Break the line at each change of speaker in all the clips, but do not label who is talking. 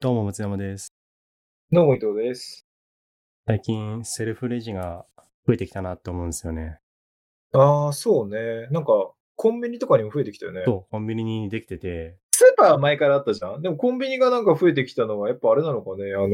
どうも、松山です。
どうも伊藤です。
最近、セルフレジが増えてきたなって思うんですよね。
ああ、そうね。なんか、コンビニとかにも増えてきたよね。
そう、コンビニにできてて、
スーパーは前からあったじゃん。でもコンビニがなんか増えてきたのは、やっぱあれなのかね。あのー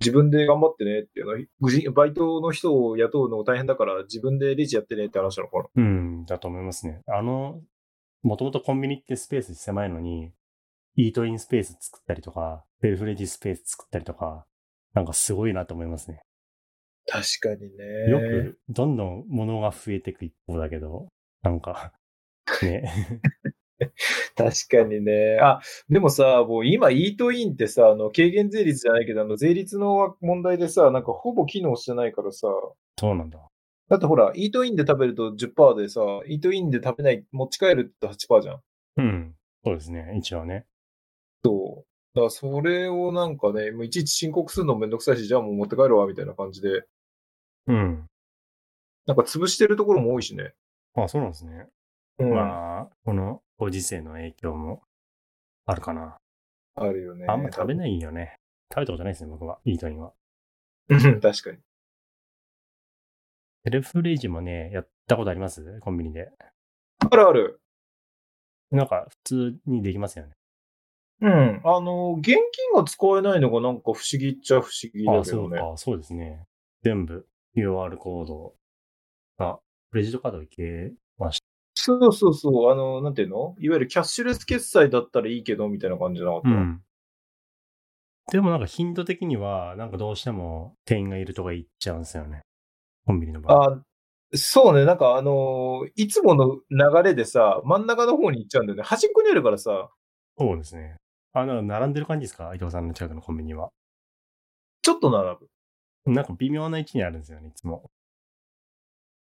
自分で頑張ってねっていうの無事バイトの人を雇うの大変だから、自分でレジやってねって話なのかな。
うん、だと思いますね。あの、もともとコンビニってスペース狭いのに、イートインスペース作ったりとか、セルフレジスペース作ったりとか、なんかすごいなと思いますね。
確かにね。
よく、どんどん物が増えていく一方だけど、なんか、ね、
確かにね。あ、でもさ、もう今、イートインってさ、あの、軽減税率じゃないけど、あの、税率の問題でさ、なんかほぼ機能してないからさ、
そうなんだ。
だってほら、イートインで食べると10%でさ、イートインで食べない、持ち帰るって8%じゃん。
うん、そうですね、一応ね。
だからそれをなんかね、もういちいち申告するのめんどくさいし、じゃあもう持って帰るわ、みたいな感じで。
うん。
なんか潰してるところも多いしね。
あ、そうなんですね。
うん。
まあ、このご時世の影響もあるかな。
あるよね。
あんま食べないよね。食べたことないですね、僕は。イートインは。
うん確かに。
セルフレジもね、やったことありますコンビニで。
あるある。
なんか、普通にできますよね。
うん。あの、現金が使えないのがなんか不思議っちゃ不思議
あ
だ
あ、
け
そ
ど
う
ね。
か。そうですね。全部 QR コードが、クレジットカードいけまし。
そうそうそう。あの、なんていうのいわゆるキャッシュレス決済だったらいいけど、みたいな感じじゃなかったた。
うん。でもなんか頻度的には、なんかどうしても店員がいるとか行っちゃうんですよね。コンビニの場合。
あそうね、なんかあのいつもの流れでさ、真ん中の方に行っちゃうんだよね。端っこにあるからさ、
そうですね。あ、なんか並んでる感じですか伊藤さんの近くのコンビニは。
ちょっと並ぶ。
なんか微妙な位置にあるんですよね、いつも。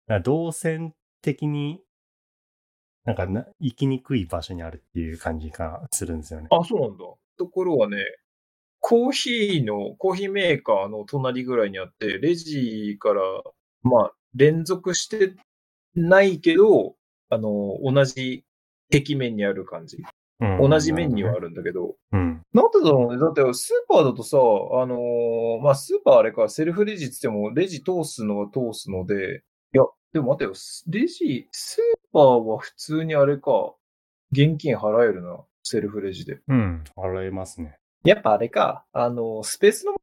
だから動線的に、なんかな行きにくい場所にあるっていう感じがするんですよね。
あ、そうなんだ。ところはね、コーヒーの、コーヒーメーカーの隣ぐらいにあって、レジから、まあ、連続してないけど、あの同じ壁面にある感じ。
うん
同じ面にはあ。るんだけど、
うん。
なんでだろうね。だって、スーパーだとさ、あのーまあ、スーパーあれか、セルフレジって言っても、レジ通すのは通すので、いや、でも待てよ、スレジ、スーパーは普通にあれか、現金払えるな、セルフレジで。
うん。払えますね。
やっぱあれか、あのースペースの、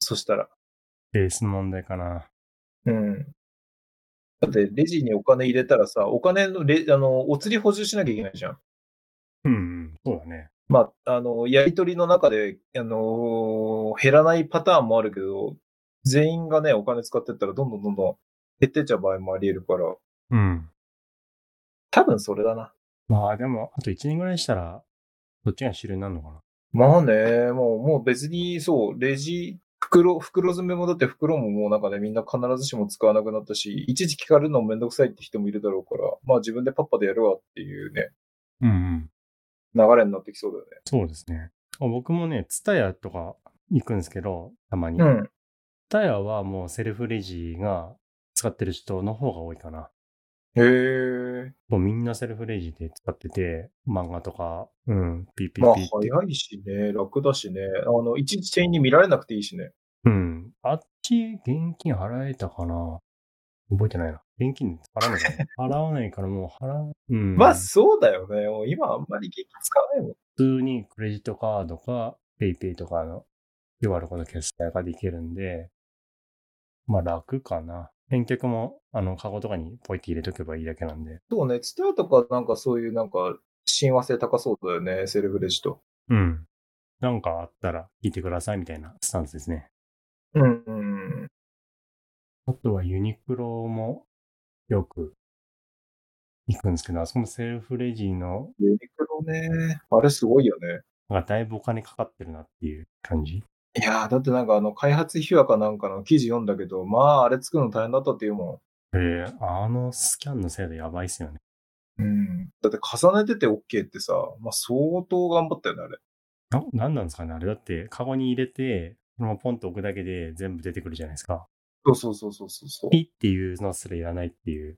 そしたら。
ベースの問題かな。
うん。だって、レジにお金入れたらさ、お金のレ、あのーお釣り補充しなきゃいけないじゃん。
うん、うん。そうだね。
まあ、あの、やりとりの中で、あのー減らないパターンもあるけど、全員がね、お金使ってったら、どんどんどんどん減ってっちゃう場合もあり得るから、
うん。
多分それだな。
まあでも、あと1年ぐらいしたら、どっちが主流になるのかな。
まあね、もう、もう別に、そう、レジ、袋、袋詰めもだって袋ももうなんかね、みんな必ずしも使わなくなったし、いちいち聞かれるのもめんどくさいって人もいるだろうから、まあ自分でパッパでやるわっていうね、
うん、うん。
流れになってきそう
そうですね。あ僕もね、ツタヤとか行くんですけど、たまに。
だよね。
タヤはもうセルフレジが使ってる人の方が多いかな。
うん。へえ。
もうみんなセルフレジで使ってて、漫画とか、うん、ピッピ
ま
ッ
あ
ピッって。
早いしね、楽だしね、あの、いちいち店員に見られなくていいしね。
うん。あっち、現金払えたかな覚えてないな。現金払わないか な払わないからもう払う。うん。
まあ
普
そうだよね。もう今あんまり現金使わないもん。
通にクレジットカードか、ペイペイとかの、QR コード決済ができるんで、まあ楽かな。返却も、あの、カゴとかにポイって入れとけばいいだけなんで。
そうね、ツタヤとかなんかそういうなんか親和性高そうだよね、セルフレジと。
うん。なんかあったら聞いてくださいみたいなスタンスですね。
うん、うん。
あとはユニクロもよく行くんですけど、あそこもセルフレジの
ユニクロね。あれすごいよね。
がだいぶお金かかってるなっていう感じ。
いやー、だってなんかあの開発費用かなんかの記事読んだけど、まああれ作るの大変だったっていうも
えー、あのスキャンの精度やばいっすよね。
ん。うん。だって重ねてて OK ってさ、まあ相当頑張ったよね、あれ。
な、なんなんですかねあれだって、カゴに入れて、そのままポンと置くだけで全部出てくるじゃないですか。
そうそうそうそうそうそう。
ピッっていうのすらいらないっていう。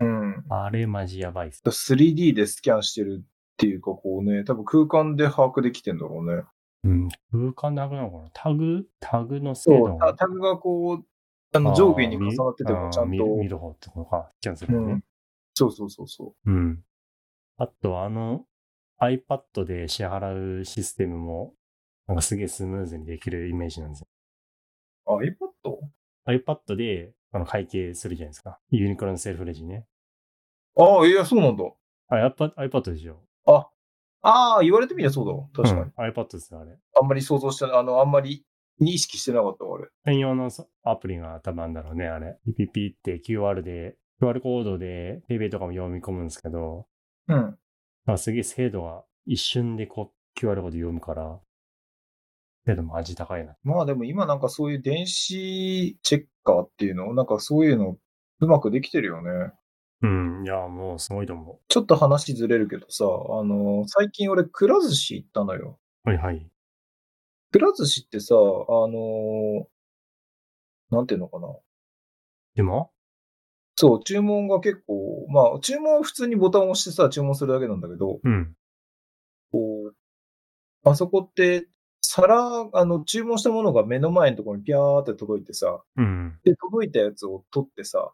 うん。
あれマジやばいっす。
3D でスキャンしてるっていうかこうね、多分空間で把握できてんだろうね。
うん、空間でなくなるのかなタグタグの精
そう
度
タ、タグがこう、あの上下に重なっててもちゃん
見
と。
見る方ってことか、スキャンするのね。
うんそうそうそうそう。
うん。あと、あの、iPad で支払うシステムも、なんかすげえスムーズにできるイメージなんですよ。
あ、iPad?
iPad であの会計するじゃないですか。ユニクロのセルフレジね。
ああ、いや、そうなんだ。
あ、iPad, iPad でしょ。
ああ、言われてみりゃそうだ。確か
う
に。
ん iPad ですよ、あれ。
あんまり想像してない、あの、あんまり認識してなかったわ、あれ。
専用のそアプリが多分あるんだろうね、あれ。ピピピって QR で、QR コードで PayPay とかも読み込むんですけど、
うん。
なんかすげえ精度が一瞬でこう QR コード読むから、精度も味高いな。
まあでも今なんかそういう電子チェッカーっていうの、なんかそういうのうまくできてるよね。
うん、いや、もうすごいと思
ちょっと話ずれるけどさ、あの、最近俺くら寿司行ったのよ。
う。はいはい。
くら寿司ってさ、あの、なんていうのかな。
でも
そう、注文が結構、まあ注文普通にボタンを押してさ、注文するだけなんだけど、
うん。
こう、あそこって、皿、あの、注文したものが目の前のところにピャーって届いてさ、
うん。
で、届いたやつを取ってさ、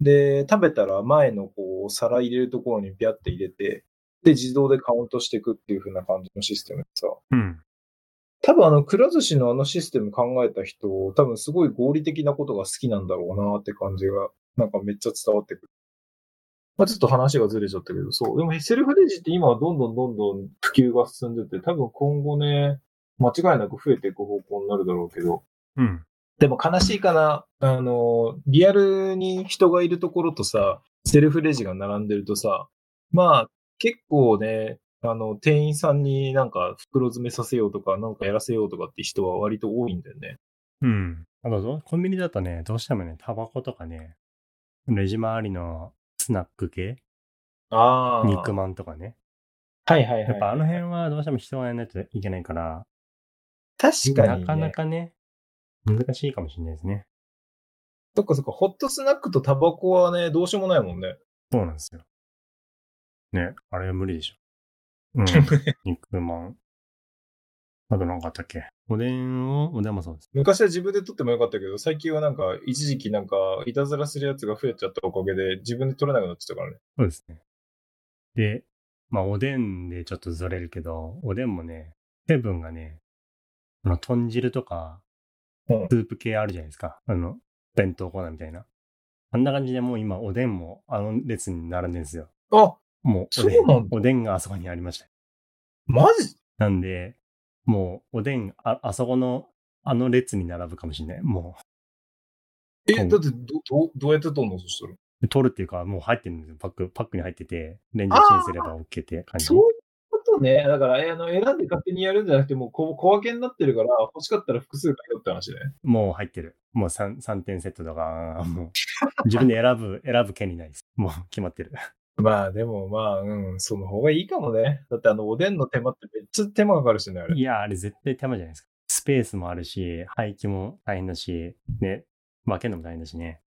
で、食べたら前のこう、皿入れるところにピャって入れて、で、自動でカウントしていくっていう風な感じのシステムでさ、
うん。
多分あの、くら寿司のあのシステム考えた人、多分すごい合理的なことが好きなんだろうなって感じが、なんかめっちゃ伝わってくる。まあ、ちょっと話がずれちゃったけど、そう。でもセルフレジって今はどんどんどんどん普及が進んでて、多分今後ね、間違いなく増えていく方向になるだろうけど、
うん。
でも悲しいかな。あの、リアルに人がいるところとさ、セルフレジが並んでるとさ、まあ、結構ね、あの、店員さんになんか袋詰めさせようとか、なんかやらせようとかって人は割と多いんだよね。
うん。あとど、コンビニだとね、どうしてもね、タバコとかね、レジ周りのスナック系、
ああ。
肉まんとかね。
はいはいはい。
やっぱあの辺はどうしても人がやらないといけないから、
確かに、ね。
なかな。かね、難しいかもしれないですね。
そっかそっか、ホットスナックとタバコはね、どうしようもないもんね。
そうなんですよ。ね、あれは無理でしょ。うん。 肉まん。あと何かあったっけおでんを、おでんもそうです。
昔は自分で取ってもよかったけど、最近はなんか、一時期なんか、いたずらするやつが増えちゃったおかげで、自分で取れなくなっちゃったからね。
そうですね。で、まあ、おでんでちょっとずれるけど、おでんもね、成分がね、あの、豚汁とか、
うん
スープ系あるじゃないですか。あの、弁当コーナーみたいな。あんな感じでもう今、おでんもあの列に並んでるんですよ。
あ、
もうおでん、
そうなんだ
おでんがあそこにありました。
マジ
なんで、もう、おでん、あ、あそこの、あの列に並ぶかもしれない。も
え、
うん
だってど、ど、どうやって撮るのそしたら。
う、取るっていうか、もう入ってるんですよ。パック、パックに入ってて、レンジチンすれば OK って感じ。
そういうことね。だから、えあの、選んで勝手にやるんじゃなくて、もう小小分けになってるから、欲しかったら複数買えよって話ね。
もう入ってる。もう 3, 三点セットとか、 もう、自分で選ぶ、 選ぶ権利ないです。もう決まってる。
まあ、でもまあ、うん、その方がいいかもね。だって、あの、おでんの手間ってめっちゃ手間かかるしね、あれ。
いや、あれ絶対手間じゃないですか。スペースもあるし、廃棄も大変だし、ね、分けるのも大変だしね。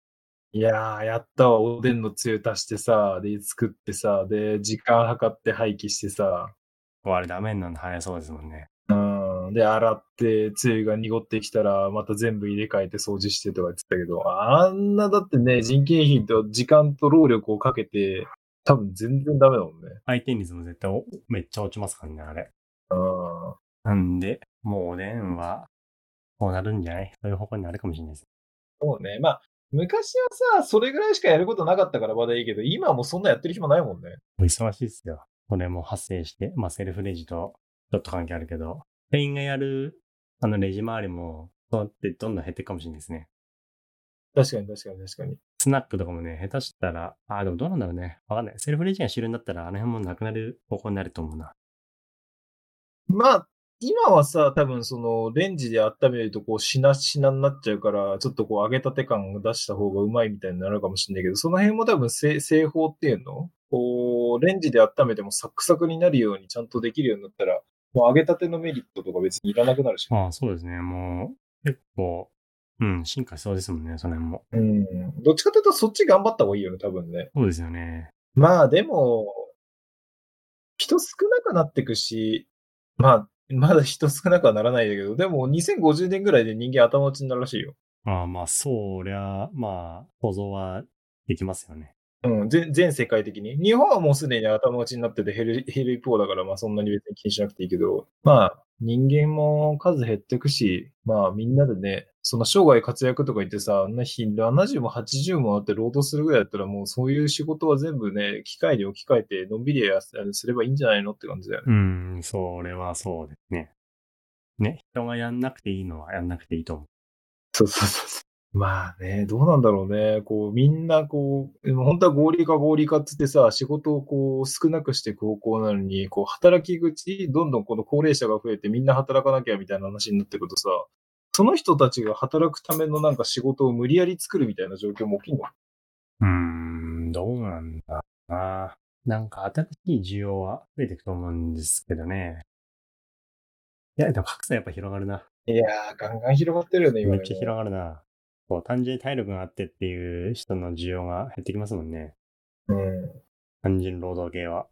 いやー、やったわ。おでんのつゆ足してさ、で、作ってさ、で、時間計って廃棄してさ、
こうあれダメになるの早そうですもんね。
うん、で、洗って、つゆが濁ってきたら、また全部入れ替えて掃除してとか言ってたけど、あんなだってね、人件費と時間と労力をかけて、多分全然ダメだもんね。
回転率も絶対おめっちゃ落ちますからね、あれ。
うん。
なんで、もうおでんは、こうなるんじゃないそういう方向になるかもしれないです。
そうね。まあ、昔はさ、それぐらいしかやることなかったからまだいいけど、今はもうそんなやってる暇ないもんね。
もう忙しいっすよ。これも発生して、まあセルフレジとちょっと関係あるけど、店員がやる、あのレジ周りも、そうやってどんどん減っていくかもしれないですね。
確かに確かに確かに。
スナックとかもね、下手したら、ああ、でもどうなんだろうね。わかんない。セルフレジが主流になったら、あの辺もなくなる方向になると思うな。
まあ、今はさ、多分その、レンジで温めるとこう、しなしなになっちゃうから、ちょっとこう、揚げたて感を出した方がうまいみたいになるかもしれないけど、その辺も多分製、製法っていうのこう、レンジで温めてもサクサクになるようにちゃんとできるようになったら、もう揚げたてのメリットとか別にいらなくなるし。
ああ、そうですね。もう、結構、うん、進化しそうですもんね、その辺も。
うん。どっちかというとそっち頑張った方がいいよね、多分ね。
そうですよね。
まあでも、人少なくなってくし、まあ、まだ人少なくはならないんだけど、でも2050年ぐらいで人間頭打ちになるらしいよ。
まあまあ、そりゃ、まあ、想像はできますよね。
うん、全全世界的に。日本はもうすでに頭打ちになってて減る減る一方だから、まあそんなに別に気にしなくていいけど、まあ人間も数減ってくし、まあみんなでね、その生涯活躍とか言ってさ、あんな日70も80もあって労働するぐらいだったらもうそういう仕事は全部ね、機械に置き換えてのんびりやすすればいいんじゃないのって感じだよね。
うん、それはそうですね。ね、人がやんなくていいのはやんなくていいと思う。
そうそうそうそう。まあね、どうなんだろうね。こう、みんなこう、でも本当は合理化合理化って言ってさ、仕事をこう、少なくしていく方向なのに、こう、働き口、どんどんこの高齢者が増えてみんな働かなきゃみたいな話になってくるとさ、その人たちが働くためのなんか仕事を無理やり作るみたいな状況も起きんの
うーん、どうなんだろうな。なんか新しい需要は増えていくと思うんですけどね。いや、でも格差やっぱ広がるな。
いやー、ガンガン広がってるよね、今
め
ね。
っちゃ広がるな。そう、単純に体力があってっていう人の需要が減ってきますもんね。
うん。
単純労働系は。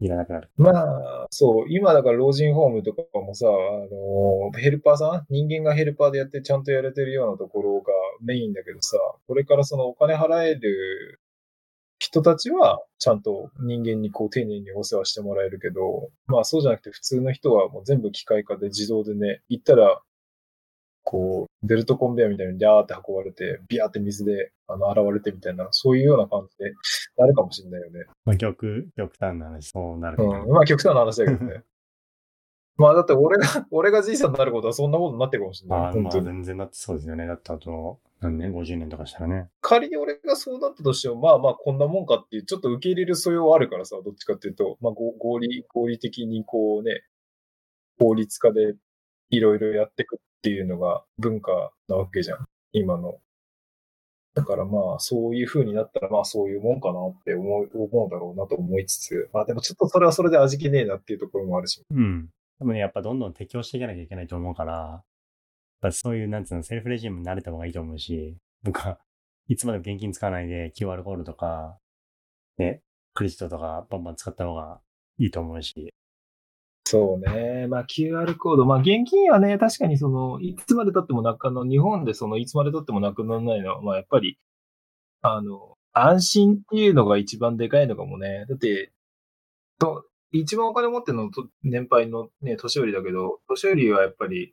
いらなくなる。
まあ、そう、今だから老人ホームとかもさ、あのヘルパーさん、人間がヘルパーでやってちゃんとやれてるようなところがメインだけどさ、これからそのお金払える人たちは、ちゃんと人間にこう丁寧にお世話してもらえるけど、まあそうじゃなくて普通の人はもう全部機械化で自動でね、行ったら、こう、ベルトコンベヤーみたいにダーって運ばれて、ビャーって水で、あの、現れてみたいな、そういうような感じで、なるかもしれないよね。
まあ、極、極端な話、そうなるけど
うん、まあ極端な話だけ どね。まあだって俺が、俺がじいさんになることはそんなことになってるかもしれ
ま
な
あ、ま
い。本
あ、
当に。
全然だってそうですよね。だってあと、何年 ?50 年とかしたらね。
仮に俺がそうなったとしても、まあまあこんなもんかっていう、ちょっと受け入れる素養はあるからさ、どっちかっていうと、まあご合理、合理的にこうね、法律化でいろいろやっていくっていうのが文化なわけじゃん。今の。だからまあ、そういう風になったら、まあそういうもんかなって思う、思うだろうなと思いつつ、まあでもちょっとそれはそれで味気ねえなっていうところもあるし。
うん。多分ね、やっぱどんどん適応していかなきゃいけないと思うから、やっぱそういう、なんつうの、セルフレジームに慣れた方がいいと思うし、僕は、 いつまでも現金使わないで、QR コードとか、ね、クレジットとかバンバン使った方がいいと思うし、
そうね。まあ QR コード。まあ現金はね、確かにその、いつまで経ってもなく、あの、日本でその、いつまで経ってもなくならないのは、まあやっぱり、あの、安心っていうのが一番でかいのかもね。だって、と一番お金持ってるのと、年配のね、年寄りだけど、年寄りはやっぱり、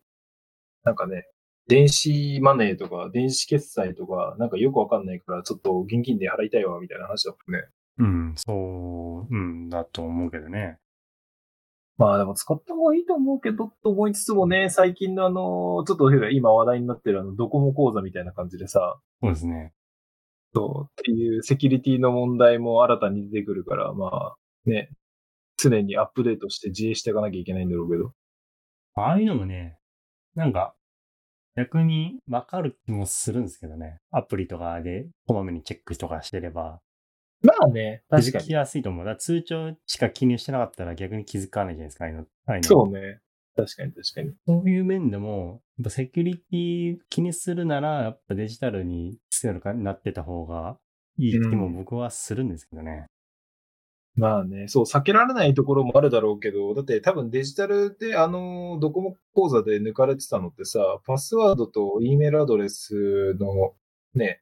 なんかね、電子マネーとか、電子決済とか、なんかよくわかんないから、ちょっと現金で払いたいわ、みたいな話だもんね。
うん、そう、うん、だと思うけどね。
まあでも使った方がいいと思うけど、と思いつつもね、最近のあの、ちょっと今話題になってるあの、ドコモ口座みたいな感じでさ、
そうですね。
そう、っていうセキュリティの問題も新たに出てくるから、まあ、ね、常にアップデートして自衛していかなきゃいけないんだろうけど。
ああいうのもね、なんか、逆にわかる気もするんですけどね。アプリとかでこまめにチェックとかしてれば、
まあね、
気
確か
づき
に。
やすいと思う。だから通帳しか記入してなかったら逆に気づかないじゃないですか、ああいうの。ああいうの
そうね。確かに確かに。
そういう面でも、やっぱセキュリティ気にするなら、やっぱデジタルに強くなってた方がいい気も僕はするんですけどね。
まあね、そう、避けられないところもあるだろうけど、だって多分デジタルで、あの、ドコモ口座で抜かれてたのってさ、パスワードと E メールアドレスの、ね、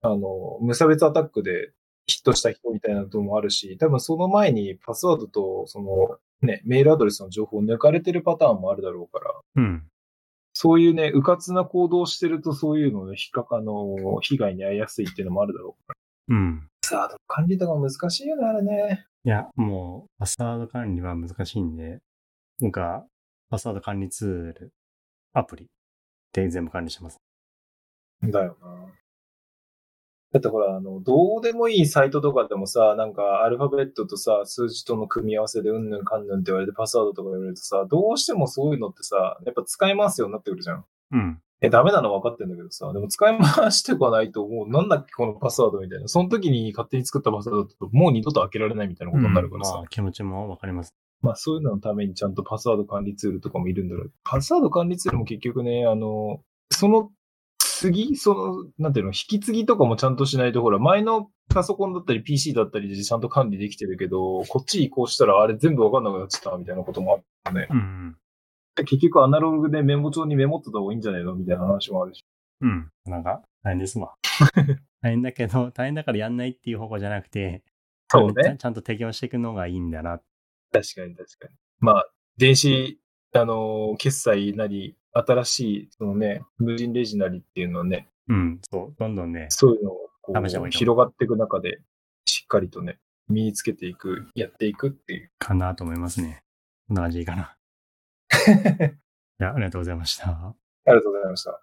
あの、無差別アタックでヒットした人みたいなのもあるし、多分その前にパスワードと、その、ね、メールアドレスの情報を抜かれてるパターンもあるだろうから、
うん。
そういうね、うかつな行動をしてると、そういうのね、引っかか、あの、被害に遭いやすいっていうのもあるだろう。
うん。
さあ、でも管理とか難しいよね、あれね。
いや、もう、パスワード管理は難しいんで、僕はパスワード管理ツール、アプリで全部管理してます。
だよな。だってほら、あの、どうでもいいサイトとかでもさ、なんかアルファベットとさ、数字との組み合わせでうんぬんかんぬんって言われてパスワードとか言われるとさ、どうしてもそういうのってさ、やっぱ使い回すようになってくるじゃん。
うん。
え、ダメなの分かってんだけどさ、でも使い回してこないと、もうなんだっけこのパスワードみたいな。その時に勝手に作ったパスワードだと、もう二度と開けられないみたいなことになるからさ。
まあ、気持ちもわかります。
まあそういうののためにちゃんとパスワード管理ツールとかもいるんだろう。パスワード管理ツールも結局ね、あの、その継ぎ、その、なんていうの、引き継ぎとかもちゃんとしないと、ほら、前のパソコンだったり PC だったりでちゃんと管理できてるけど、こっち移行したらあれ全部わかんなくなっちゃったみたいなこともあるよね。
うん。
で結局アナログでメモ帳にメモってた方がいいんじゃないのみたいな話もあるし。
うん。なんか、大変です わ。大変だけど、大変だからやんないっていう方向じゃなくて、
そう
ちゃ
ね
ん。ちゃんと適応していくのがいいんだな。
確かに確かに。まあ、電子、あのー決済なり、新しい、そのね、無人レジなりっていうのはね、
うん。そう。どんどんね、
そういうのをこ
試した方がいういと思う
広がっていく中で、しっかりとね、身につけていく、やっていくっていう。
かなと思いますね。 こんな感じでいいかな。いや、ありがとうございました。
ありがとうございました。